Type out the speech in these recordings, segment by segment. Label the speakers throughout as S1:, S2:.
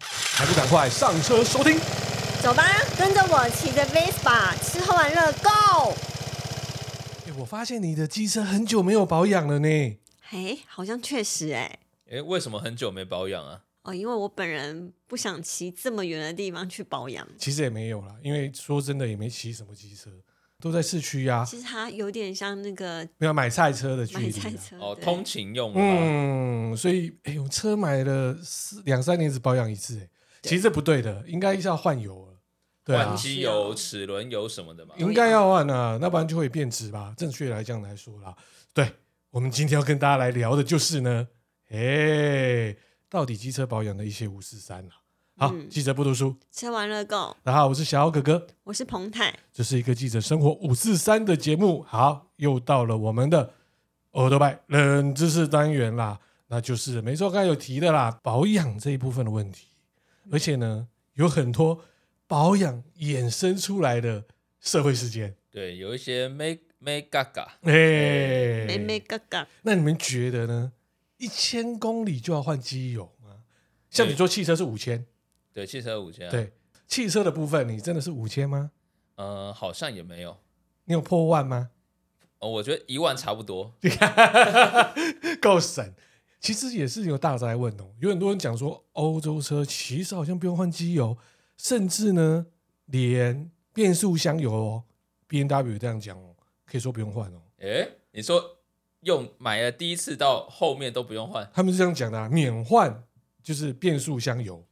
S1: 还不赶快上车收听？
S2: 走吧，跟着我骑着 Vespa，吃喝玩乐 Go！
S1: 哎，我发现你的机车很久没有保养了呢。
S2: 哎，好像确实哎，
S3: 哎，为什么很久没保养啊？
S2: 哦，因为我本人不想骑这么远的地方去保养。
S1: 其实也没有啦，因为说真的也没骑什么机车，都在市区呀、
S2: 其实它有点像那个
S1: 没有买菜车的距
S2: 买
S1: 离、
S2: 菜
S1: 啊。
S2: 车
S3: 哦，
S2: 对
S3: 通勤用的吧？
S1: 嗯，所以哎，我车买了四两三年只保养一次，哎，其实这不对的，应该是要换油了。对
S3: 换
S2: 哦
S1: 啊，
S3: 机油、齿轮油什么的嘛。
S1: 应该要换啊，那不然就会变质吧。正确来讲来说啦，对我们今天要跟大家来聊的就是呢，哎，到底机车保养的一些五四三啊。好，
S2: 嗯
S1: 记者不读书，
S2: 吃喝玩乐 Go！
S1: 大家好，我是小哥哥，
S2: 我是彭泰，
S1: 这是一个记者生活五四三的节目。好，又到了我们的耳朵拜冷知识单元啦，那就是没错，刚才有提的啦，保养这一部分的问题，而且呢，有很多保养衍生出来的社会事件。
S3: 对，有一些 make make gaga，
S1: 哎、
S2: 妹妹嘎嘎，
S1: 那你们觉得呢？一千公里就要换机油吗？像你说汽车是五千，
S3: 对，汽车五千、啊，，
S1: 对，汽车的部分你真的是五千吗？
S3: 呃，好像也没有。
S1: 你有破万吗？
S3: 哦，我觉得一万差不多。
S1: 够省。其实也是有大灾问哦，有很多人讲说，欧洲车其实好像不用换机油，甚至呢，连变速箱油哦，B N W 这样讲哦，可以说不用换哦。
S3: 哎，你说用买了第一次到后面都不用换，
S1: 他们是这样讲的、啊，免换就是变速箱油。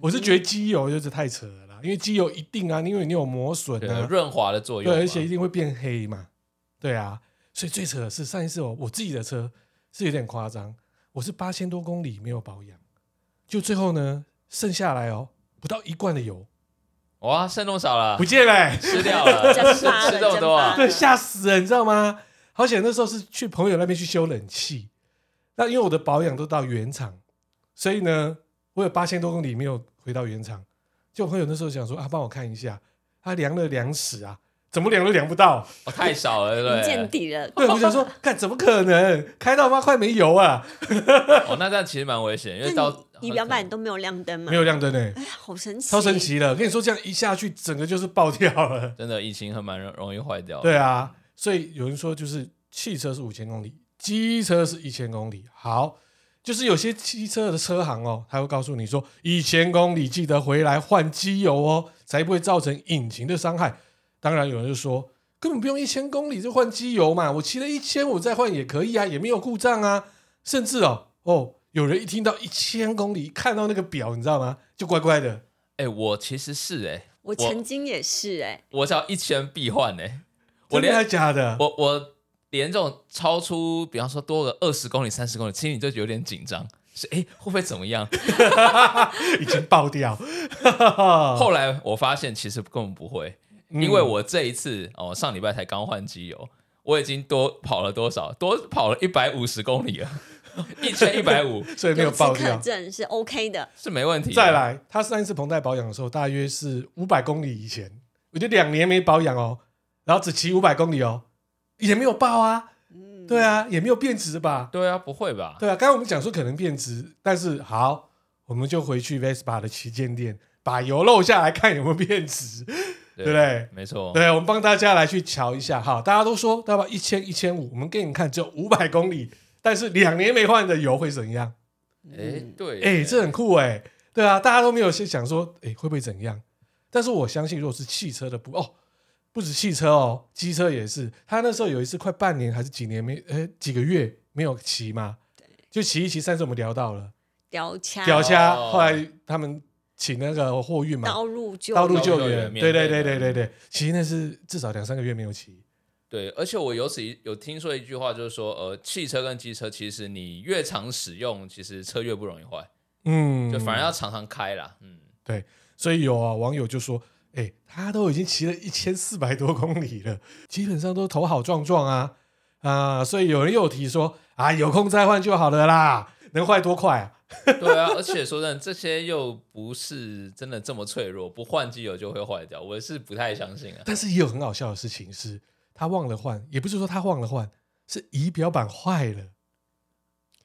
S1: 我是觉得机油就是太扯了啦，因为机油一定啊，因为你有磨损
S3: 对，
S1: 啊，
S3: 润滑的作用
S1: 对，
S3: 嘛。
S1: 而且一定会变黑嘛。对啊，所以最扯的是上一次哦，我自己的车是有点夸张，我是八千多公里没有保养，就最后呢剩下来哦不到一罐的油
S3: 哇，剩多少了
S1: 不？见了、欸，
S3: 吃掉了，
S2: 蒸
S3: 吃
S2: 发了
S3: 吃这么多、啊
S2: 蒸发，了
S1: 对，吓死人，你知道吗？好险那时候是去朋友那边去修冷气，那因为我的保养都到原厂，所以呢我有八千多公里没有回到原厂，就朋友那时候想说啊帮我看一下，他量了量尺啊，怎么量都量不到。
S3: 哦太少了，对
S2: 你
S3: 不
S2: 见
S3: 对？
S2: 底了。
S1: 对，我想说，看怎么可能开到妈快没油啊？
S3: 哦，那这样其实蛮危险，因
S2: 那
S3: 为到
S2: 你你表板都没有亮灯吗
S1: 没？有亮灯诶、
S2: 哎，好神奇，
S1: 超神！奇了！跟你说，这样一下去，整个就是爆掉了。
S3: 真的引擎很蛮容容易坏掉。
S1: 对啊，所以有人说，就是汽车是五千公里，机车是一千公里。好，就是有些汽车的车行哦，他会告诉你说，一千公里记得回来换机油哦，才不会造成引擎的伤害。当然，有人就说，根本不用一千公里就换机油嘛，我骑了一千我再换也可以啊，也没有故障啊。甚至哦哦，有人一听到一千公里，一看到那个表，你知道吗？就乖乖的。
S3: 哎、我其实是哎、
S2: 我曾经也是哎，
S3: 我只要一千必换哎、我
S1: 真的
S3: 连
S1: 还假的？
S3: 我我连这种超出，比方说多个二十公里、三十公里，心里就有点紧张，是哎会不会怎么 样？
S1: 已经爆掉。
S3: 后来我发现其实根本不会，
S1: 哦嗯
S3: 因为我这一次哦上礼拜才刚换机油，我已经多跑了多少？多跑了一百五十公 里了，一千一百五
S1: 所以没有
S2: 此
S1: 爆
S2: 可
S1: 掉。
S2: 证是 OK 的。
S3: 是没问题的。
S1: 再来，他上一次膨贷保养的时候，大约是五百公里以前，我就两年没保养哦，然后只骑五百公里哦，也没有爆啊，
S2: 嗯，
S1: 对啊，也没有变质吧？
S3: 对啊，不会吧？
S1: 对啊，刚刚我们讲说可能变质，但是好，我们就回去 Vespa 的旗舰店把油漏下来看有没有变质。
S3: 对
S1: 对不对
S3: 没错，
S1: 对，我们帮大家来去瞧一下哈，大家都说要不要一千一千五，我们给你看只有五百公里，但是两年没换的油会怎样？
S3: 哎
S2: 嗯
S3: 对，
S1: 哎、这很酷哎、对啊，大家都没有先想说，哎、会不会怎样？但是我相信，如果是汽车的不哦，不止汽车哦，机车也是。他那时候有一次快半年还是几年没，呃、几个月没有骑嘛，就骑一骑。上次我们聊到了
S2: 吊掐
S1: 吊掐，
S3: 哦
S1: 后来他们请那个货运嘛，
S2: 刀入就
S1: 道路
S3: 就
S1: 救援，
S3: 免
S1: 对对
S3: 费
S1: 对嗯对
S3: 的
S1: 对对，其实那是至少两三个月没有骑，
S3: 对，而且我有此一有听说一句话，就是说，呃，汽车跟机车，其实你越常使用，其实车越不容易坏，
S1: 嗯，
S3: 就反而要常常开啦。嗯，
S1: 对，所以有啊网友就说：“哎、他都已经骑了一千四百多公里了，基本上都头好壮壮啊啊、所以有人又提说：“啊，有空再换就好了啦，能坏多快啊
S3: 对啊，而且说真的，这些又不是真的这么脆弱，不换机油就会坏掉，我是不太相信啊！”。
S1: 但是也有很好笑的事情是，他忘了换，也不是说他忘了换，是仪表板坏了。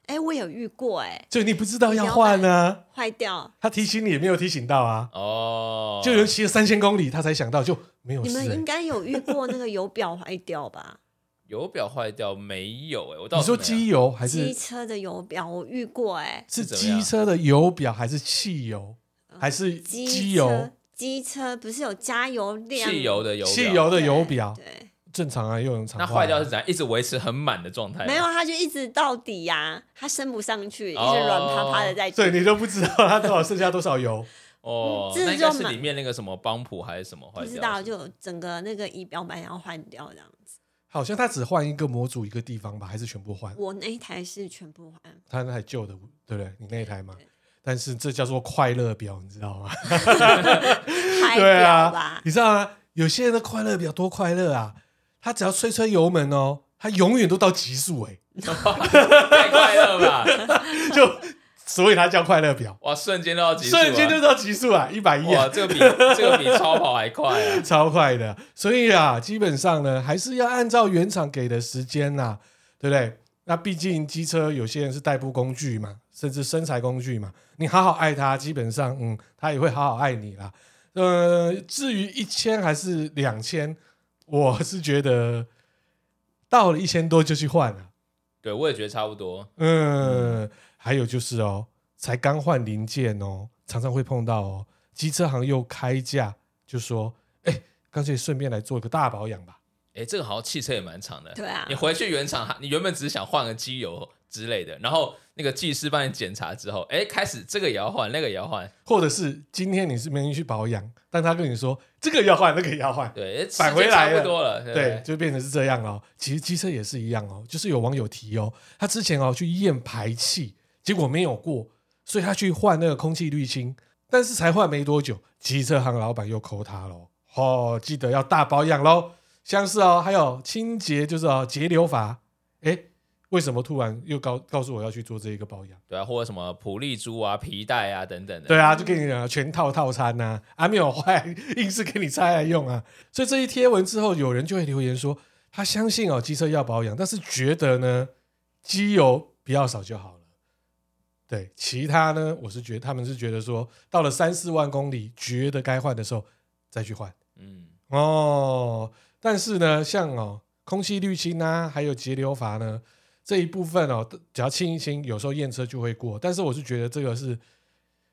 S2: 哎，我有遇过，哎，
S1: 就你不知道要换啊，
S2: 坏掉。
S1: 他提醒你也没有提醒到啊，
S3: 哦，
S1: 就有骑了三千公里，他才想到就没有
S2: 你
S1: 事、
S2: 们
S1: 欸
S2: 应。该有遇过那个油表坏掉吧？
S3: 油表坏掉没有、欸？哎，我到
S1: 你说机油 还
S2: 机
S1: 是
S2: 车的油表我遇过，哎，
S1: 是
S3: 是怎么样
S1: 机车的油表还是汽油还是机油
S2: 车？机车不是有加油量？
S3: 汽油的油表
S1: 汽油的
S2: 对
S1: 油表
S2: 对，
S1: 正常啊，又有人常
S3: 那
S1: 换啊
S3: 坏掉是怎样？一直维持很满的状态吗？
S2: 没有，他就一直到底呀、他升不上去，一直
S3: 哦
S2: 软趴趴的在地。
S1: 对你都不知道它多少剩下多少油，
S3: 哦，
S2: 嗯
S3: 那
S2: 自
S3: 应
S2: 动
S3: 该
S2: 嘛
S3: 是里面那个什么帮浦还是什么坏
S2: 不
S3: 掉？
S2: 知道，就整个那个仪表板要换掉这样子。
S1: 好像它只换一个模组一个地方吧，还是全部换？
S2: 我那一台是全 部换，
S1: 他那台旧的，对不对？你那台嘛。但是这叫做快乐表，你知道吗？
S2: 拍
S1: 对
S2: 掉
S1: 啊
S2: 吧，。
S1: 你知道吗？有些人的快乐表多快乐啊！他只要吹吹油门哦，他永远都到极速哎、
S3: 太快乐吧！
S1: 就所以他叫快乐表，
S3: 哇，瞬间都要结束了，
S1: 瞬间就到极速啊，一百一
S3: 哇，
S1: 啊，
S3: 这个比这个比超跑还快啊！
S1: 超快的。所以啊，基本上呢，还是要按照原厂给的时间呐、对不对？那毕竟机车有些人是代步工具嘛，甚至身材工具嘛，你好好爱它，基本上嗯，它也会好好爱你啦。呃，至于一千还是两千，我是觉得到了一千多就去换了、
S3: 对，我也觉得差不多。
S1: 嗯，还有就是哦，才刚换零件哦，常常会碰到哦，机车行又开价，就说，哎，干脆顺便来做个大保养吧。
S3: 哎，这个好像汽车也蛮长的。
S2: 对啊
S3: 你回去原厂，你原本只是想换个机油之类的，然后那个技师帮你检查之后，哎，开始这个也要换，那个也要换，
S1: 或者是今天你是没去保养，但他跟你说这个要换，那个也要换，
S3: 对，诶
S1: 返回来
S3: 时间差不多了，对不
S1: 对，
S3: 对，
S1: 就变成是这样哦。其实机车也是一样哦，就是有网友提哦，他之前哦去验排气，结果没有过，所以他去换那个空气滤清，但是才换没多久，机车行老板又扣他喽。哦，记得要大保养喽。像是哦，还有清洁就是哦节流法，诶，为什么突然又告告诉我要去做这一个保养？
S3: 对啊，或者什么普利珠啊、皮带啊等等的，
S1: 对啊，就跟你讲全套套餐呐、啊，还没有坏，硬是给你拆来用啊。所以这一贴文之后，有人就会留言说，他相信哦，机车要保养，但是觉得呢，机油不要少就好了。对，其他呢，我是觉得他们是觉得说，到了三四万公里，觉得该换的时候再去换
S3: 嗯，
S1: 哦。但是呢，像哦，空气滤清啊，还有节流阀呢，这一部分哦，只要清一清，有时候验车就会过。但是我是觉得这个是，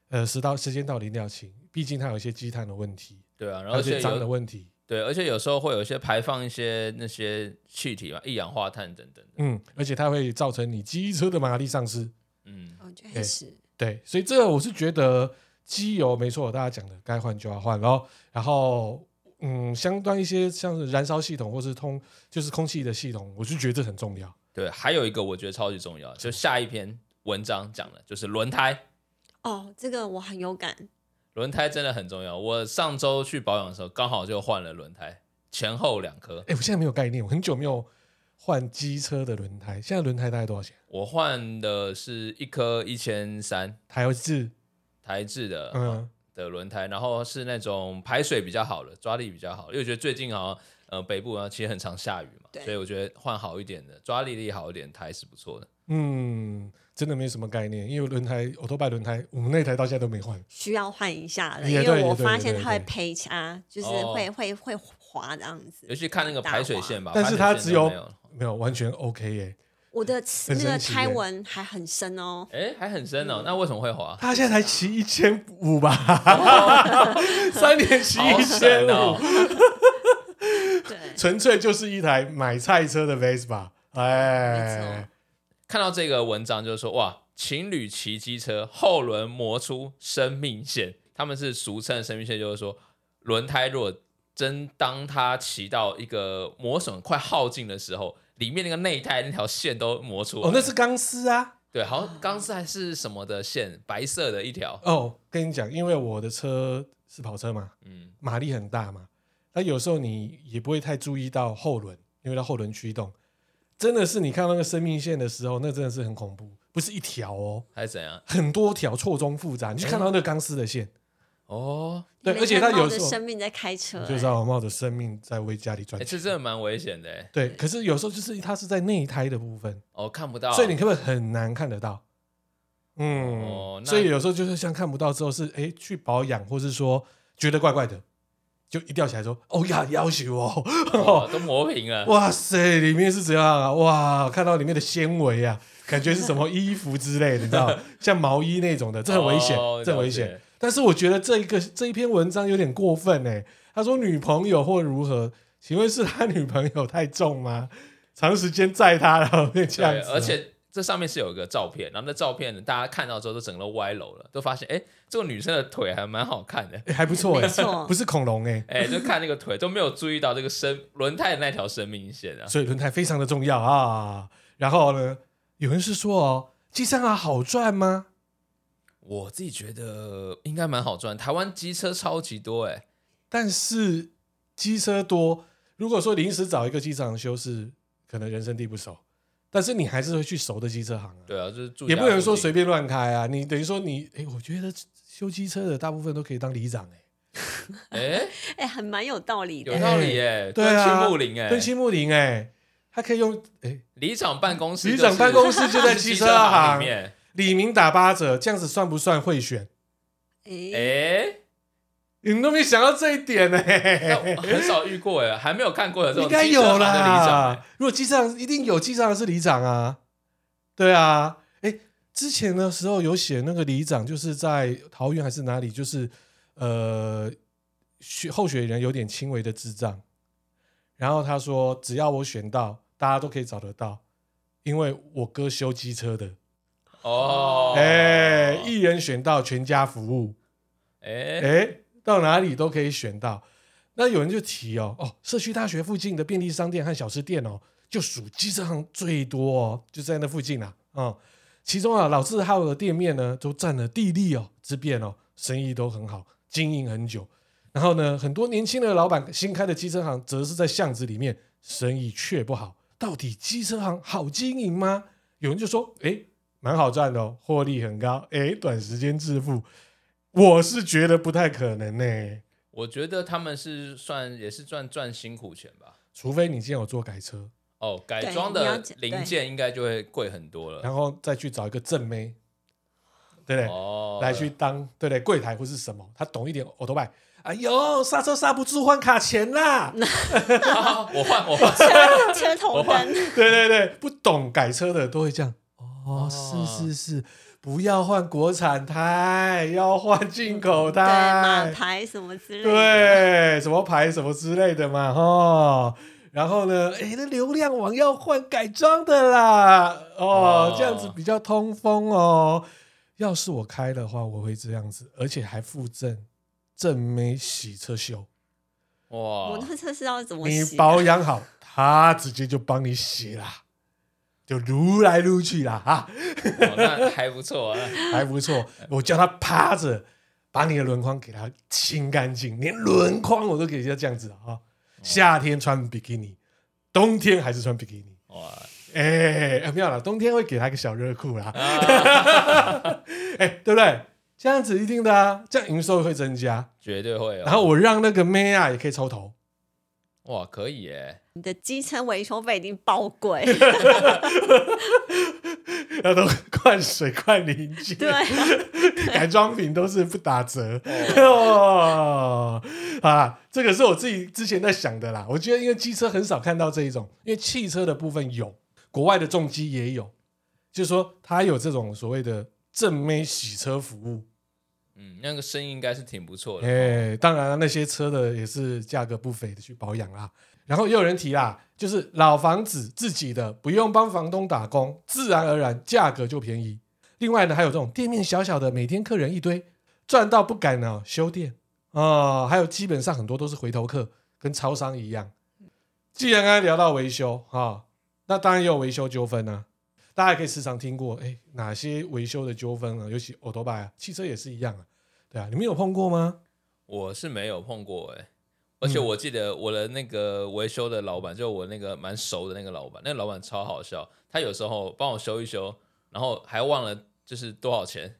S1: 呃，时到时间到了一定要清，毕竟它有一些积碳的问题，
S3: 对啊，然后
S1: 而
S3: 而且
S1: 且脏的
S3: 有
S1: 问题。
S3: 对，而且有时候会有一些排放一些那些气体嘛，一氧化碳等等的，
S1: 嗯，而且它会造成你机车的马力丧失。
S3: 嗯，
S2: 我觉得是，
S1: 对，所以这个我是觉得机油没错，大家讲的该换就要换咯，然后然后嗯，相关一些像是燃烧系统或是通就是空气的系统，我是觉得这很重要。
S3: 对，还有一个我觉得超级重要，就下一篇文章讲的，就是轮胎。
S2: 哦，这个我很有感。
S3: 轮胎真的很重要。我上周去保养的时候，刚好就换了轮胎，前后两颗。
S1: 哎，我现在没有概念，我很久没有换机车的轮胎，现在轮胎大概多少钱？
S3: 我换的是一颗一千三
S1: 台制，
S3: 台制的、
S1: 嗯，
S3: 的轮胎，然后是那种排水比较好的，抓力比较好的。因为我觉得最近好像呃北部啊，其实很常下雨嘛，
S2: 对
S3: 所以我觉得换好一点的，抓力力好一点的胎是不错的。
S1: 嗯，真的没什么概念，因为轮胎，我都拜轮胎，我们那台到现在都没换。
S2: 需要换一下了，
S1: 也
S2: 因
S1: 对
S2: 为我
S1: 也对
S2: 发
S1: 也
S2: 现
S1: 对
S2: 它会
S1: 对
S2: 胚掐，就是
S3: 哦
S2: 会会会滑这样子
S3: 尤。其看那个排水线吧，
S1: 但是
S3: 排
S1: 它
S3: 水线
S1: 只
S3: 都
S1: 有
S3: 没有
S1: 没有完全 OK 耶、
S2: 我的
S1: 很
S2: 那
S1: 神
S2: 个
S1: 奇
S2: 胎
S1: 耶
S2: 纹还很 深哦，
S3: 哎还很深哦，那为什么会滑？
S1: 他现在才骑一千五吧，三年骑
S3: 好
S1: 一千
S3: 深哦
S1: 五，！
S2: 对，
S1: 纯粹就是一台买菜车的 Vespa。哎，
S3: 看到这个文章就是说，哇，情侣骑机车后轮磨出生命线，他们是俗称的生命线，就是说轮胎如果真当它骑到一个磨损快耗尽的时候，里面那个内胎那条线都磨出来了
S1: 哦，那是钢丝啊。
S3: 对，好像钢丝还是什么的线，白色的一条，
S1: 哦，跟你讲，因为我的车是跑车嘛，
S3: 嗯，
S1: 马力很大嘛，那有时候你也不会太注意到后轮，因为它后轮驱动，真的是你看到那个生命线的时候，那真的是很恐怖，不是一条哦，
S3: 还是怎样？
S1: 很多条错综复杂，你就看到那个钢丝的线，
S3: 哦，
S1: 对，
S2: 你
S1: 而且他
S2: 在冒
S1: 有
S2: 着
S1: 时候
S2: 生命在开车、
S1: 就
S2: 哎
S1: 是要冒着生命在为家里赚
S3: 哎，
S1: 钱。
S3: 这真的蛮危险的欸，
S1: 对，可是有时候就是它是在内胎的部分，
S3: 哦，看不到，
S1: 所以你根本很难看得到。嗯，
S3: 哦那
S1: 所以有时候就是像看不到之后是哎去保养，或是说觉得怪怪的，就一吊起来说：“哦呀，要求哦，
S3: 哦都磨平了，
S1: 哇塞，里面是怎样啊？哇，看到里面的纤维啊，感觉是什么衣服之类的，你知 道，像毛衣那种的，这很危险，
S3: 哦
S1: 这很危
S3: 了
S1: 险
S3: 解。
S1: 但是我觉得这一个这一篇文章有点过分哎、他说女朋友或如何？请问是他女朋友太重吗？长时间载他，然后变这样
S3: 对，
S1: 子，
S3: 而且这上面是有一个照片，然后那照片大家看到之后都整个都歪楼了，都发现哎，这个女生的腿还蛮好看的，
S1: 哎还不错哎、
S2: 没错
S1: 不是恐龙哎、
S3: 哎，就看那个腿都没有注意到这个生轮胎的那条生命线啊，
S1: 所以轮胎非常的重要啊。然后呢，有人是说哦，机上啊好赚吗？
S3: 我自己觉得应该蛮好赚，台湾机车超级多哎，
S1: 但是机车多，如果说临时找一个机车行修是可能人生地不熟，但是你还是会去熟的机车行啊，
S3: 对啊，就是住
S1: 也
S3: 家
S1: 不能
S3: 附
S1: 说
S3: 近
S1: 随便乱开啊。你等于说你，哎、我觉得修机车的大部分都可以当里长哎、
S3: 哎，
S2: 哎、还蛮有道理
S3: 有
S2: 的。
S3: 道理哎，
S1: 对啊，
S3: 敦亲睦邻哎，
S1: 敦亲睦邻哎，他可以用哎、
S3: 里长办公室
S1: 里
S3: 就是，
S1: 长办公室就在
S3: 就是
S1: 机
S3: 机
S1: 车
S3: 行
S1: 行
S3: 里面，
S1: 李明打八折，这样子算不算贿选？
S2: 哎、
S3: 哎，
S1: 你们都没想到这一点呢、
S3: 那我很少遇过哎，还没有看过的这种
S1: 应该
S3: 机车行
S1: 有
S3: 的里长哎
S1: 啦。如果机上一定有机上的是里长啊，对啊，哎、之前的时候有写那个里长，就是在桃园还是哪里，就是呃，学候选人有点轻微的智障，然后他说只要我选到，大家都可以找得到，因为我哥修机车的，
S3: 哦，
S1: 哎、一人选到全家服务，
S3: 哎，
S1: 哎，到哪里都可以选到。那有人就提哦，哦，社区大学附近的便利商店和小吃店哦，就属机车行最多哦，就在那附近啦、啊。嗯，其中啊，老字号的店面呢，都占了地利哦之便哦，生意都很好，经营很久。然后呢，很多年轻的老板新开的机车行，则是在巷子里面，生意却不好。到底机车行好经营吗？有人就说，哎，蛮好赚的哦，获利很高，哎，短时间致富。我是觉得不太可能呢、
S3: 我觉得他们是算也是赚赚辛苦钱吧。
S1: 除非你今天有做改车，
S3: 哦，改
S2: 对
S3: 装
S2: 你要
S3: 的
S2: 讲
S3: 零件应该就会贵很多了。
S1: 然后再去找一个正妹，对不对？
S3: 哦，
S1: 来去当对不对？柜台或是什么，他懂一点 a u t 哎呦，刹车刹不住，换卡钳 啦！
S3: 好，好啊我换我换。
S2: 车车头灯，
S1: 对对对，不懂改车的都会这样。哦
S3: 哦，
S1: 是是是，不要换国产胎，要换进口
S2: 对马
S1: 胎。
S2: 牌什么之类的，
S1: 对，什么牌什么之类的嘛，哈。然后呢，哎，那流量网要换改装的啦，哦，
S3: 哦
S1: 这样子比较通风哦。要是我开的话，我会这样子，而且还附赠正妹洗车秀，
S3: 哇
S2: 摩，托车是要怎么
S1: 哦你
S2: 洗啊？
S1: 保养好，他直接就帮你洗啦，就撸来撸去啦，哈，
S3: 哦那还不错啊。
S1: 还不错。我叫他趴着，把你的轮框给他清干净，连轮框我都给他这样子啊、夏天穿比基尼，冬天还是穿比基尼。
S3: 哇，
S1: 哎、哎没有了，冬天会给他一个小热裤啦。
S3: 啊
S1: 哎、对不对？这样子一定的啊，这样营收会增加。
S3: 绝对会哦。
S1: 然后我让那个妹啊也可以抽头，
S3: 哇，可以耶。
S2: 你的机车维修费一定 爆贵，
S1: 然后都灌水灌零件，
S2: 对啊，
S1: 改装品都是不打折 哦。啊，这个是我自己之前在想的啦。我觉得因为机车很少看到这一种，因为汽车的部分有，国外的重机也有，就是说它有这种所谓的正妹洗车服务。
S3: 嗯，那个声音应该是挺不错
S1: 哎、
S3: 的。
S1: 当然了，那些车的也是价格不菲的去保养啦。然后也有人提啦，就是老房子自己的，不用帮房东打工，自然而然价格就便宜。另外呢，还有这种店面小小的，每天客人一堆，赚到不敢呢、修店哦。还有基本上很多都是回头客，跟超商一样。既然刚才聊到维修哈、那当然也有维修纠纷啊。大家可以时常听过，哎，哪些维修的纠纷啊？尤其 a u t o b i 啊，汽车也是一样啊，对啊，你们有碰过吗？
S3: 我是没有碰过哎，而
S1: 嗯
S3: 且我记得我的那个维修的老板，就我那个蛮熟的那个老板，那个老板超好笑，他有时候帮我修一修，然后还忘了就是多少钱，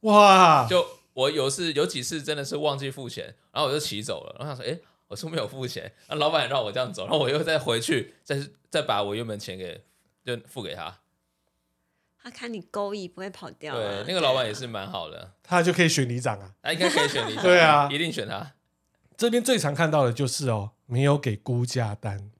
S1: 哇，
S3: 就我有次有几次真的是忘记付钱，然后我就骑走了，然后想说，哎，我是不是没有付钱，那老板也让我这样走，然后我又再回去，再再把我原本钱给就付给他。
S2: 他看你勾引不会跑掉、啊。
S3: 对，那个老板也是蛮好的，
S1: 他就可以选里长啊。
S3: 他应该可以 选你。
S1: 对啊
S3: 一定选他。
S1: 这边最常看到的就是哦，没有给估价单，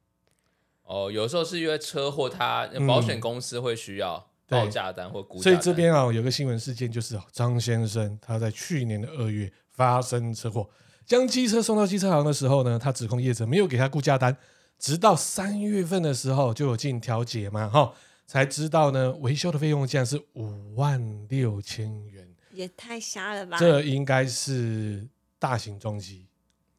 S3: 哦，有时候是因为车祸，他保险公司会需要
S1: 嗯对
S3: 报价单或估价
S1: 所
S3: 单。
S1: 以这边啊有个新闻事件，就是哦张先生他在去年的二月发生车祸，将机车送到机车行的时候呢，他指控业者没有给他估价单，直到三月份的时候就有进调解嘛，哈，才知道呢维修的费用竟然是五万六千元，
S2: 也太瞎
S3: 哎
S2: 了吧！
S1: 这应该是大型撞击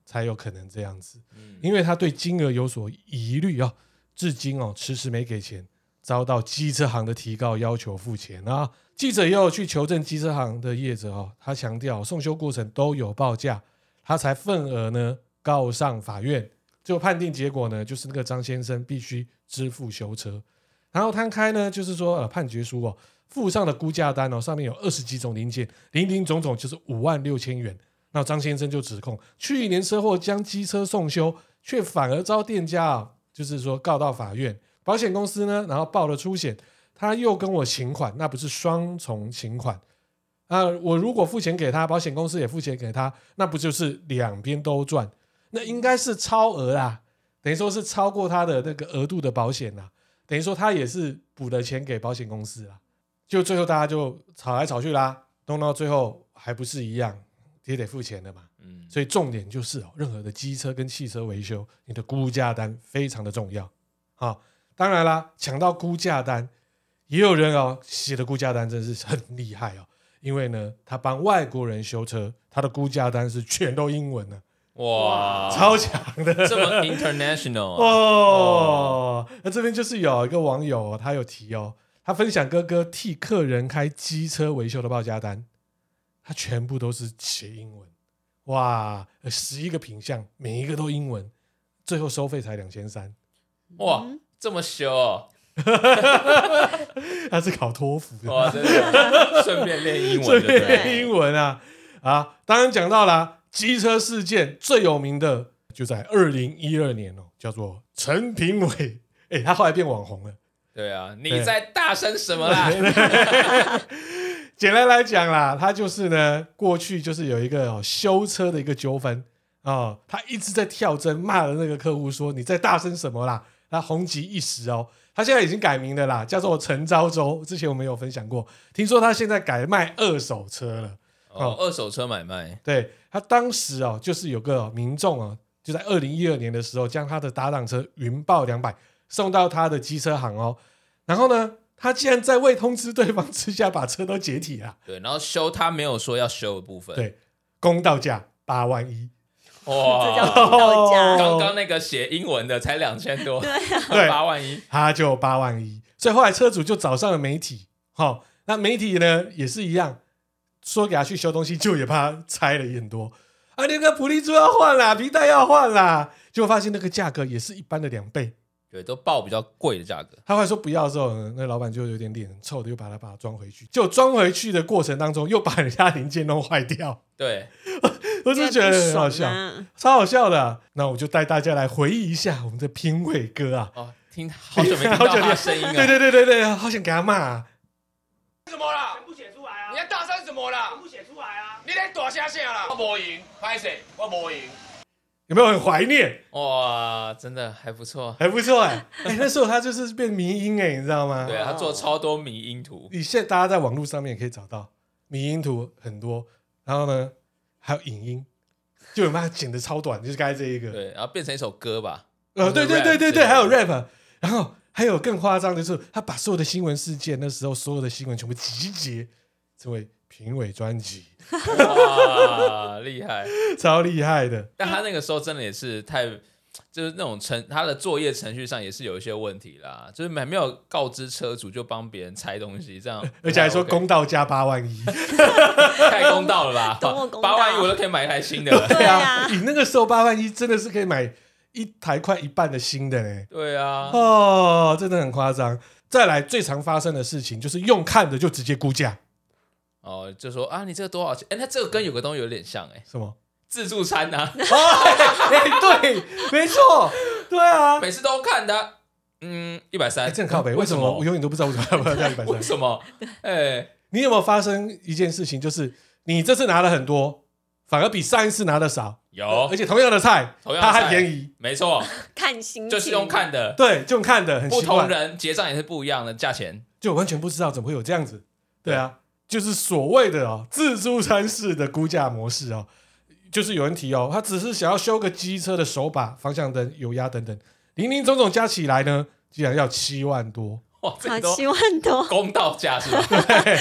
S1: 才有可能这样子。
S3: 嗯
S1: 因为他对金额有所疑虑啊，至今哦迟迟没给钱，遭到机车行的提告要求付钱啊。记者也有去求证机车行的业者哦，他强调送修过程都有报价，他才份额呢告上法院。就判定结果呢，就是那个张先生必须支付修车，然后摊开呢，就是说呃判决书哦附上的估价单哦，上面有二十几种零件，零零总总就是五万六千元。那张先生就指控，去年车祸将机车送修，却反而遭店家啊，就是说告到法院，保险公司呢，然后报了出险，他又跟我请款，那不是双重请款啊、我如果付钱给他，保险公司也付钱给他，那不就是两边都赚？那应该是超额啦，等于说是超过他的那个额度的保险啦，等于说他也是补了钱给保险公司啦。就最后大家就吵来吵去啦，弄到最后还不是一样，也得付钱的嘛。
S3: 嗯，
S1: 所以重点就是哦，任何的机车跟汽车维修，你的估价单非常的重要啊。当然啦，抢到估价单，也有人哦写的估价单真是很厉害哦，因为呢，他帮外国人修车，他的估价单是全都英文的，
S3: 哇，
S1: 超强的。
S3: 这么 international 啊
S1: 哦，那这边就是有一个网友、哦，他有提哦，他分享哥哥替客人开机车维修的报价单，他全部都是写英文，哇，十一个品项，每一个都英文，最后收费才两千三，
S3: 哇，这么修 哦，
S1: 他是考托福的，
S3: 哇，真的，顺便练哦英文
S1: 这
S3: 就对了，
S1: 边英文啊啊！当然讲到啦，机车事件最有名的就在二零一二年哦，叫做陈平伟，哎、他后来变网红了。
S3: 对啊，你在大声什么啦？
S1: 简单来讲啦，他就是呢，过去就是有一个、哦、修车的一个纠纷哦，他一直在跳针骂了那个客户说你在大声什么啦，他红极一时哦。他现在已经改名了啦，叫做陈昭周。之前我们有分享过，听说他现在改卖二手车了。
S3: 哦，二手车买卖，
S1: 对他当时哦，就是有个、民众啊、哦，就在二零一二年的时候，将他的搭档车云豹两百送到他的机车行哦，然后呢，他竟然在未通知对方之下把车都解体了，
S3: 对，然后修他没有说要修的部分，，
S1: 对，公道价八万一，
S2: 这 叫
S3: 哇，
S2: 公道价。
S3: 刚刚那个写英文的才两千多，
S1: 对
S3: 八万一，
S1: 他就八万一，所以后来车主就找上了媒体，好、那媒体呢也是一样，说给他去修东西，就也怕他拆了也很多，啊，那个普利珠要换啦，皮带要换啦，结果发现那个价格也是一般的两倍。
S3: 对，都报比较贵的价格，
S1: 他后来说不要的时候，呢那老板就有点脸很臭的，又把他把它装回去。就装回去的过程当中，又把人家零件弄坏掉，
S3: 对，
S1: 我就觉得很好笑，
S2: 因为不爽啊
S1: 超好笑的啊、那我就带大家来回忆一下我们的评委哥啊，
S3: 哦，听 好久没听到他的声音
S1: 对
S3: 了，
S1: 对对对对，好想给他骂、啊。
S4: 什么啦？不写出来啊！你要大声什么啦？不写出来啊！你在大声啥啦？我无赢，拍谁？我无赢。
S1: 有没有很怀念？
S3: 哇，真的还不错，
S1: 还不错 哎、哎那时候他就是变迷音哎、你知道吗？
S3: 对啊他做超多迷音图，
S1: 你现在大家在网络上面也可以找到迷音图很多，然后呢还有影音，就有把它剪的超短，就是刚才这一个。
S3: 对，然后变成一首歌 吧，
S1: 呃，
S3: 或者
S1: 对对
S3: rap
S1: 对对
S3: 之
S1: 对，
S3: 类的
S1: 还有 rap，然后还有更夸张的是，他把所有的新闻事件，那时候所有的新闻全部集结成为评委专辑，
S3: 哇，厉害！
S1: 超厉害的。
S3: 但他那个时候真的也是太，就是那种程他的作业程序上也是有一些问题啦，就是没没有告知车主就帮别人拆东西，这样
S1: 而且还说
S3: 啊 OK，
S1: 公道加八万一，
S3: 太公道 了吧？
S2: 多么公道
S3: 八万一我都可以买一台新的了。
S2: 对啊
S1: 你那个时候八万一真的是可以买一台快一半的新的嘞，
S3: 对啊，
S1: 哦，真的很夸张。再来最常发生的事情就是用看的就直接估价，
S3: 哦，就说啊，你这个多少钱？哎，那这个跟有个东西有点像，哎，
S1: 什 么？
S3: 自助 餐啊，
S1: 哎、对，没错，对啊。
S3: 每次都看的啊，嗯，一百
S1: 哎、
S3: 三，
S1: 正靠北，为
S3: 为
S1: 什
S3: 什
S1: 么我永远都不知道为什么要不要加一百
S3: 为
S1: 三？
S3: 什么？哎，
S1: 你有没有发生一件事情，就是你这次拿了很多，反而比上一次拿的少，
S3: 有
S1: 而，且同样的菜，
S3: 同样
S1: 它
S3: 的
S1: 还
S3: 菜
S1: 便宜，
S3: 没错，
S2: 看心情，
S3: 就是用看的，
S1: 对，就看的很
S3: 不
S1: 习
S3: 同
S1: 惯，
S3: 人结账也是不一样的价钱。
S1: 就完全不知道怎么会有这样子。对啊，就是所谓的哦自助餐式的估价模式哦，就是有人提哦，他只是想要修个机车的手把、方向灯、油压等等，零零总总加起来呢，竟然要七万多。
S3: 哇，这
S2: 好
S3: 个都
S2: 七万多，
S3: 公道价是吧？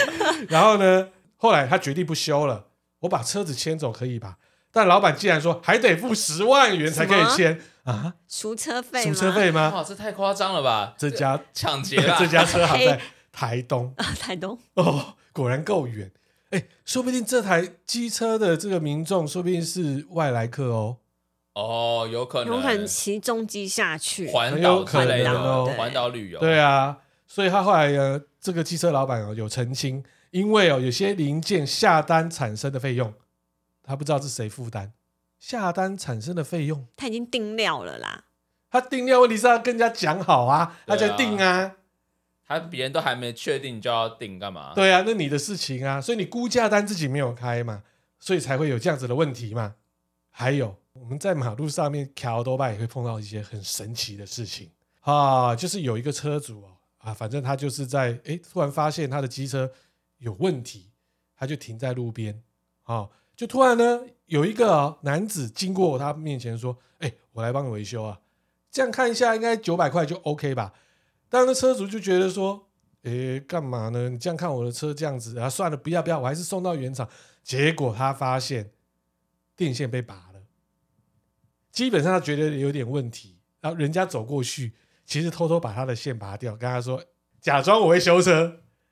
S1: 然后呢，后来他决定不修了，我把车子牵走可以吧？但老板既然说还得付十万元才可以牵啊，
S2: 赎车费
S1: 租
S2: 吗？哦
S1: 车费吗？
S3: 哇，这太夸张了吧？
S1: 这家
S3: 抢劫啦！
S1: 这家车行在
S2: 黑
S1: 台东
S2: 啊，台东
S1: 哦，果然够远。哎，说不定这台机车的这个民众，说不定是外来客哦。
S3: 哦，有可
S2: 有
S3: 能
S2: 可能骑重机下去，
S3: 环
S1: 很
S3: 岛
S1: 有
S3: 之
S1: 可
S3: 类
S1: 能哦
S3: 的
S2: 对
S3: 环岛旅游，
S1: 对啊，所以他后来呃，这个机车老板哦有澄清，因为哦有些零件下单产生的费用，他不知道是谁负担，下单产生的费用。
S2: 他已经定料了啦。
S1: 他定料问题是要跟人家讲好啊，他
S3: 对啊
S1: 才定啊，
S3: 他别人都还没确定就要定干嘛？
S1: 对啊，那你的事情啊，所以你估价单自己没有开嘛，所以才会有这样子的问题嘛。还有我们在马路上面桥多半也会碰到一些很神奇的事情啊，就是有一个车主哦啊，反正他就是在诶突然发现他的机车有问题，他就停在路边啊，就突然呢有一个、哦、男子经过他面前说：“哎，我来帮你维修啊。”这样看一下，应该九百块就 OK 吧？但那车主就觉得说，诶，干嘛呢？你这样看我的车这样子啊，算了，不要不要，我还是送到原厂。结果他发现电线被拔了，基本上他觉得有点问题，然后人家走过去，其实偷偷把他的线拔掉，跟他说假装我会修车，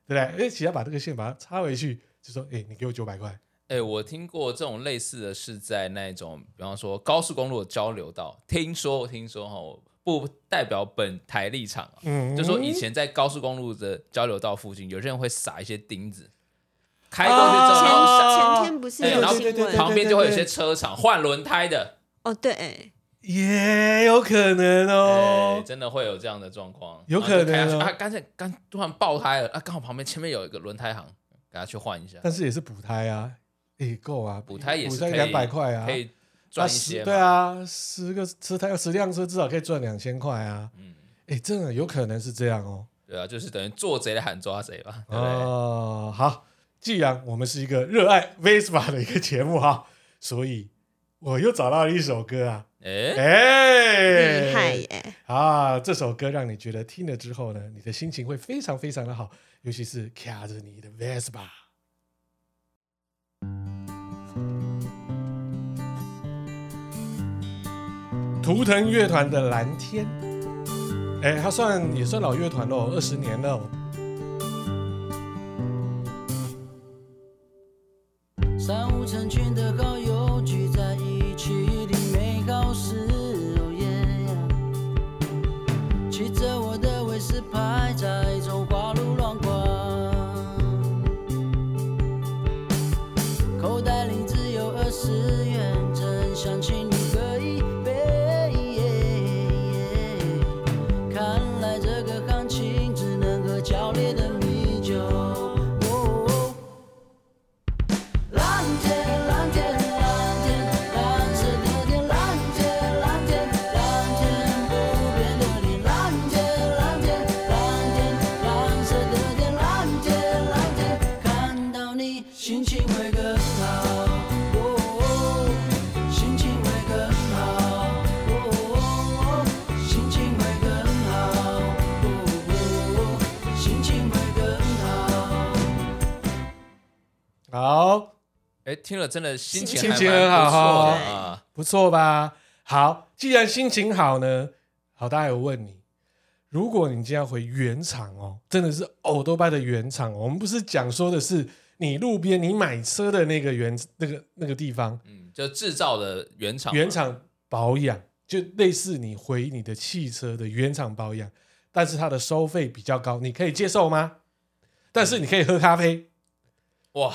S1: 对不对？诶，其实他把这个线把它插回去，就说，诶，你给我九百块，
S3: 哎、我听过这种类似的是在那种，比方说高速公路的交流道，听说听说哈，我不代表本台立场啊，
S1: 嗯，
S3: 就说以前在高速公路的交流道附近，有些人会撒一些钉子，开过去之
S2: 前
S3: 后，
S1: 啊
S2: 前天不是
S3: 对
S2: 有
S3: 然后
S2: 新
S1: 哦对对对
S2: 闻
S1: 对
S3: 旁边就会有一些车厂换轮胎的，
S2: 哦，对，
S1: 也有可能哦。
S3: 哎真的会有这样的状况，
S1: 有可能哦
S3: 然后就开下去啊，刚才刚突然爆胎了，啊，刚好旁边前面有一个轮胎行，给他去换一下，
S1: 但是也是补胎啊，也、够啊，
S3: 补胎也
S1: 补
S3: 是
S1: 胎
S3: 可以
S1: 两百块啊，
S3: 可以赚一
S1: 那十
S3: 些嘛，
S1: 对啊，十个十台十辆车至少可以赚两千块啊，
S3: 嗯，
S1: 哎、真的有可能是这样哦。
S3: 对啊，就是等于做贼的喊抓贼吧，对不对？
S1: 哦，好，既然我们是一个热爱 Vespa 的一个节目哈，所以我又找到了一首歌 啊，
S3: 哎、
S1: 哎、
S2: 厉害耶！
S1: 啊！这首歌让你觉得听了之后呢，你的心情会非常非常的好，尤其是卡着你的 Vespa。图腾乐团的《蓝天》，哎，他算也算老乐团喽，二十年了哦。
S5: 三五成群的好友聚在一起，听美好事，哦耶！骑着我的威斯牌在中华路乱逛，口袋里只有二十元，真想请你喝一杯。看来这个行情只能喝焦烈的米酒。哦蓝天，蓝天，蓝天，蓝色的天，蓝天，蓝天，蓝天不变的你，蓝天，蓝天，蓝天，蓝色的天，蓝天，蓝天，看到你心情会更好，哦，心情会更好，哦，心情会更好，哦，心情会更好。
S1: 好，
S3: 哎，听了真的心情
S1: 心
S3: 还
S1: 情很
S3: 蛮
S1: 好
S3: 不错
S1: 哈
S3: 的啊。
S1: 不错吧？好，既然心情好呢，好，大家有问你，如果你今天要回原厂哦，真的是欧多拜的原厂哦，我们不是讲说的是你路边你买车的那个原那个那个地方，
S3: 嗯，就制造的原厂嘛，
S1: 原厂保养，就类似你回你的汽车的原厂保养，但是它的收费比较高，你可以接受吗？但是你可以喝咖啡，
S3: 哇，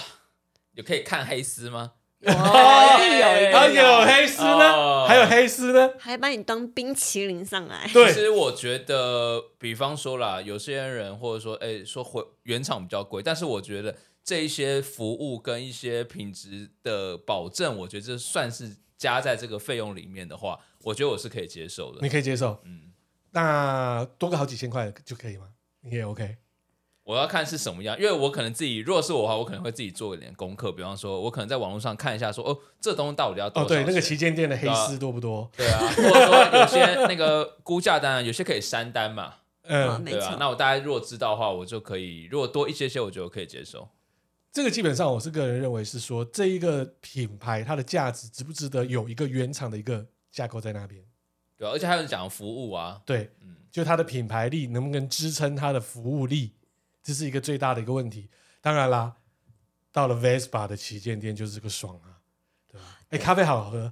S3: 有可以看黑丝吗？
S2: 哇，一定有一
S1: 还
S2: 定
S1: 啊有哎黑丝
S3: 哎哦
S1: 呢？还有黑丝呢？
S2: 还把你当冰淇淋上来。
S3: 其
S1: 对，
S3: 实我觉得，比方说啦，有些人或者说，哎、说回原厂比较贵，但是我觉得这一些服务跟一些品质的保证，我觉得这算是加在这个费用里面的话，我觉得我是可以接受的
S1: 你。可以接受。
S3: 嗯，
S1: 那多个好几千块就可以吗？你也 OK。
S3: 我要看是什么样，因为我可能自己，如果是我的话，我可能会自己做一点功课，比方说，我可能在网络上看一下说哦，这东西到底要多
S1: 哦，
S3: 少
S1: 对，
S3: 钱？
S1: 那个旗舰店的黑丝多不多？
S3: 对啊，或者说有些那个估价单啊，有些可以删单嘛。
S2: 啊
S1: 嗯，
S2: 没
S3: 对啊
S2: 错，
S3: 那我大概如果知道的话，我就可以；如果多一些些，我觉得我可以接受。
S1: 这个基本上我是个人认为是说，这一个品牌它的价值值不值得有一个原厂的一个架构在那边？
S3: 对、啊，而且还有讲服务啊，
S1: 对，
S3: 嗯
S1: 就它的品牌力能不能支撑它的服务力，这是一个最大的一个问题。当然啦，到了 Vespa 的旗舰店就是个爽啊，对吧？哎，咖啡好喝，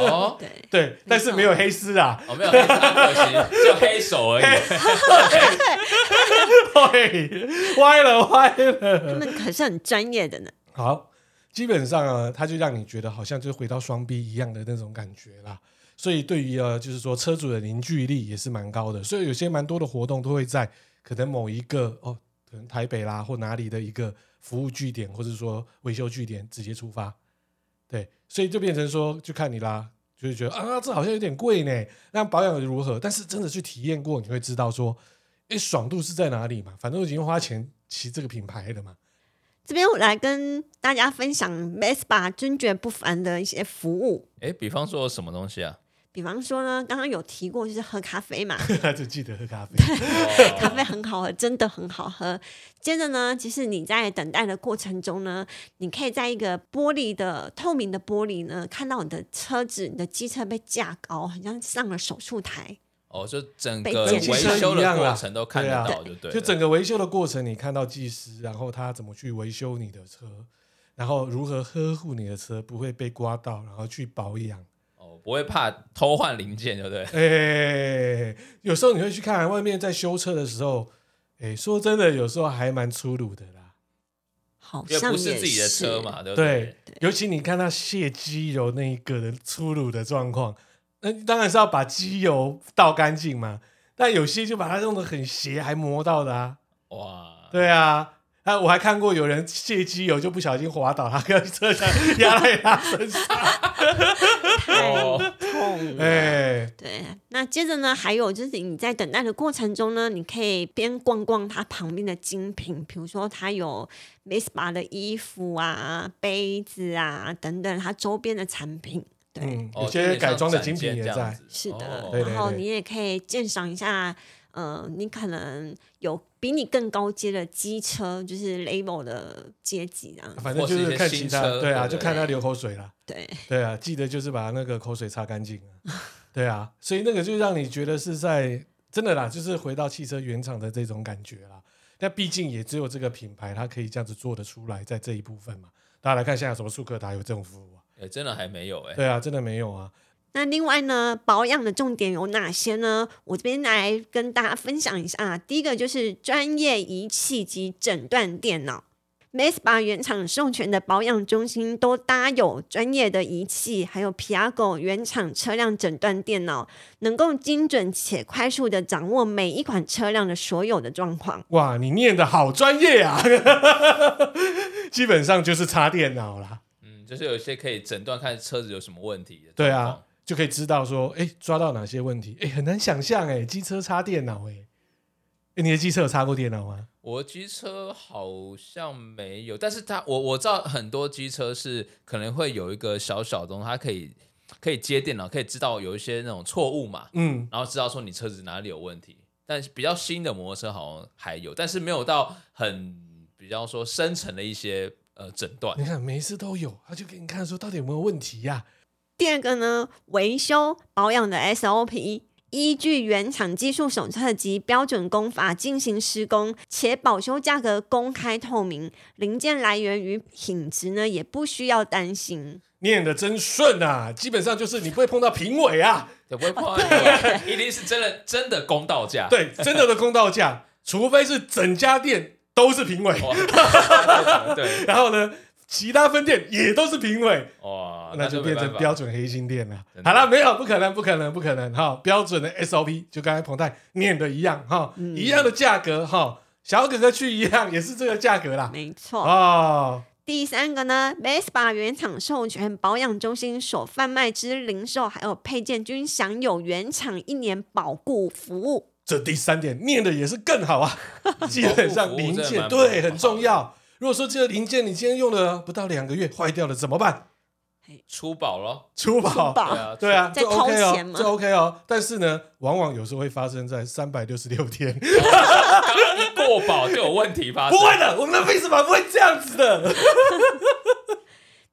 S3: 哦
S2: 对，
S1: 对，但是没有黑丝啊，
S3: 哦，没有黑手，可惜就黑手而已。
S1: 嘿，歪了歪了。
S2: 他们可是很专业的呢。
S1: 好，基本上啊，它就让你觉得好像就回到双 B 一样的那种感觉啦。所以对于呃，就是说车主的凝聚力也是蛮高的，所以有些蛮多的活动都会在可能某一个哦，可能台北啦或哪里的一个服务据点或者说维修据点直接出发。对，所以就变成说，就看你啦，就是觉得啊，这好像有点贵呢，那保养得如何？但是真的去体验过，你会知道说，诶，爽度是在哪里嘛？反正我已经花钱骑这个品牌 了嘛。
S2: 这边我来跟大家分享 Vespa 尊爵不凡的一些服务，
S3: 哎，比方说什么东西啊？
S2: 比方说呢，刚刚有提过就是喝咖啡嘛，
S1: 他就记得喝咖啡。
S3: 哦
S2: 咖啡很好喝，真的很好喝。接着呢，其实你在等待的过程中呢，你可以在一个玻璃的透明的玻璃呢，看到你的车子、你的机车被架高，很像上了手术台。
S3: 哦，就整
S2: 北
S3: 个
S2: 京
S3: 维修的过程都看
S1: 跟汽车一
S3: 得
S1: 样啦啊
S3: 到，就对了。
S1: 就整个维修的过程，你看到技师，然后他怎么去维修你的车，然后如何呵护你的车不会被刮到，然后去保养。
S3: 哦，不会怕偷换零件，对不对？
S1: 哎、有时候你会去看外面在修车的时候，哎、说真的，有时候还蛮粗鲁的啦。
S2: 好
S3: 因为
S2: 像
S3: 不
S2: 也
S3: 是自己的车嘛，对不
S1: 对？，尤其你看他卸机油那一个的粗鲁的状况，那当然是要把机油倒干净嘛。但有些就把它弄得很斜，还磨到的啊。
S3: 哇，
S1: 对啊，啊，我还看过有人卸机油就不小心滑倒，他跟车上压在他身上。
S3: 哦，
S2: 痛了。
S1: 哎、
S2: 对，那接着呢，还有就是你在等待的过程中呢，你可以边逛逛它旁边的精品，比如说它有 Vespa 的衣服啊、杯子啊等等，它周边的产品。对，
S1: 嗯，
S3: 哦
S1: 有些改装的精品也
S3: 有点像展
S1: 在
S3: 件这样。子
S2: 是的，
S3: 哦
S1: 对
S2: 然后你也可以鉴赏一下，呃，你可能有比你更高阶的机车，就是 label 的阶级这样。
S1: 反正就是看其他，
S3: 或是一些新车
S1: 对啊，
S3: 对不对
S1: 就看他流口水了。
S2: 对，
S1: 对啊，记得就是把那个口水擦干净啊。对啊，所以那个就让你觉得是在真的啦，就是回到汽车原厂的这种感觉啦。但毕竟也只有这个品牌，它可以这样子做得出来，在这一部分嘛。大家来看现在有什么速克达有这种服务啊？
S3: 哎真的还没有哎。
S1: 对啊，真的没有啊。
S2: 那另外呢，保养的重点有哪些呢？我这边来跟大家分享一下。啊第一个就是专业仪器及诊断电脑。Mespa 原厂授权的保养中心都搭有专业的仪器，还有 Piago 原厂车辆诊断电脑，能够精准且快速的掌握每一款车辆的所有的状况。
S1: 哇，你念的好专业啊！ 基本上就是插电脑啦，
S3: 嗯，就是有一些可以诊断看车子有什么问题的。
S1: 对啊，，就可以知道说，哎、抓到哪些问题，哎、很难想象，哎，机车插电脑、哎、哎，你的机车有插过电脑吗？
S3: 我机车好像没有，但是它我我知道很多机车是可能会有一个小小东西，它可以可以接电脑，可以知道有一些那种错误嘛，
S1: 嗯，
S3: 然后知道说你车子哪里有问题。但是比较新的摩托车好像还有，但是没有到很比较说深层的一些呃诊断
S1: 你看每一次都有，他就给你看说到底有没有问题呀、
S2: 第二个呢，维修保养的 SOP，依据原厂技术手册及标准工法进行施工，且保修价格公开透明，零件来源与品质呢也不需要担心。
S1: 念的真顺啊！基本上就是你不会碰到评委啊，
S3: 对，不会碰到你的，一定是真的真的公道价。
S1: 对，真的的公道价，除非是整家店都是评委，
S3: 哇，对，
S1: 然后呢，其他分店也都是评委，
S3: 哇，
S1: 那就
S3: 没
S1: 变
S3: 办
S1: 成
S3: 法
S1: 标准黑心店了。
S3: 真的
S1: 好了，没有，不可能，不可能，不可能哈！标准的 SOP 就刚才彭泰念的一样哈，
S2: 嗯
S1: 一样的价格哈，小哥哥去一样也是这个价格啦。
S2: 没错。
S1: 哦，
S2: 第三个呢，Vespa 原厂授权保养中心所贩卖之零售还有配件均享有原厂一年保固服务。
S1: 这第三点念的也是更好 啊，基本上零件对很重要。如果说这个零件你今天用了不到两个月坏掉了怎么办？
S3: 出宝咯，
S1: 出
S2: 出
S1: 保
S2: 保。
S3: 对啊，
S1: 对啊，
S2: 在
S1: 这 OK
S2: 掏
S1: 哦
S2: 钱，吗
S1: 这 OK 哦。但是呢，往往有时候会发生在三百六十六天。
S3: 刚刚一过保就有问题发
S1: 不
S3: 生，
S1: 会的，我们的为什么不会这样子的？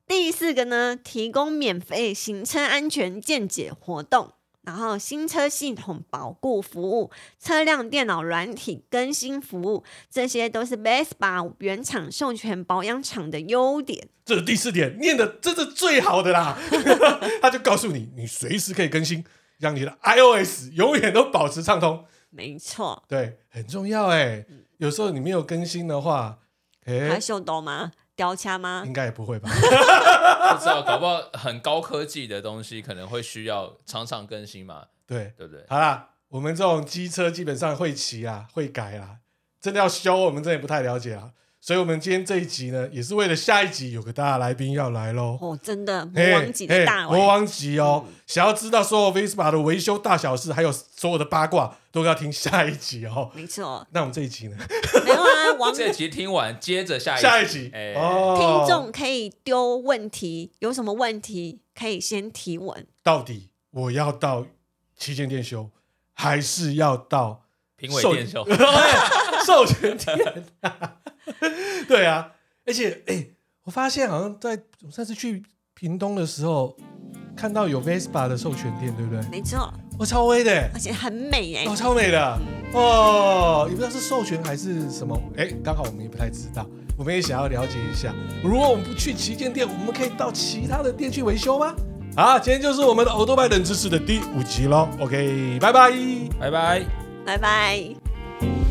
S2: 第四个呢，提供免费行车安全健检活动，然后新车系统保固服务、车辆电脑软体更新服务，这些都是 Vespa 原厂授权保养厂的优点。
S1: 这是第四点，念的真的最好的啦。 他就告诉你，你随时可以更新，让你的 iOS 永远都保持畅通。
S2: 没错，
S1: 对，很重要哎、有时候你没有更新的话，哎、
S2: 还有秀逗吗？雕掐吗
S1: 应？该也不会吧？
S3: 不知道，搞不好很高科技的东西可能会需要常常更新嘛，
S1: 对，
S3: 对不对？
S1: 好啦，我们这种机车基本上会骑啊，会改啦，真的要修，我们真的也不太了解啊。所以，我们今天这一集呢，也是为了下一集有个大来宾要来喽。
S2: 哦，真的魔
S1: 嘿
S2: 王级的大
S1: 嘿魔
S2: 王，嗯
S1: 王级哦！想要知道所有 Vespa 的维修大小事，还有所有的八卦，都要听下一集哦。
S2: 没错，
S1: 那我们这一集呢？
S2: 没有啊， 王
S3: 这集听完，接着下一
S1: 下一集
S3: 哎，
S1: 哦，
S2: 听众可以丢问题，有什么问题可以先提问。
S1: 到底我要到旗舰店修，还是要到
S3: 评委
S1: 授
S3: 电秀
S1: 授权店？啊 对啊，而且哎、我发现好像在我上次去屏东的时候，看到有 Vespa 的授权店，对不对？
S2: 没错，
S1: 我、超威的、欸
S2: 而且很美哎、
S1: 哦，超美的哦，也不知道是授权还是什么，哎、刚好我们也不太知道，我们也想要了解一下。如果我们不去旗舰店，我们可以到其他的店去维修吗？好，今天就是我们的欧多拜冷知识的第五集喽。OK，拜拜。
S3: 拜拜。
S2: 拜拜。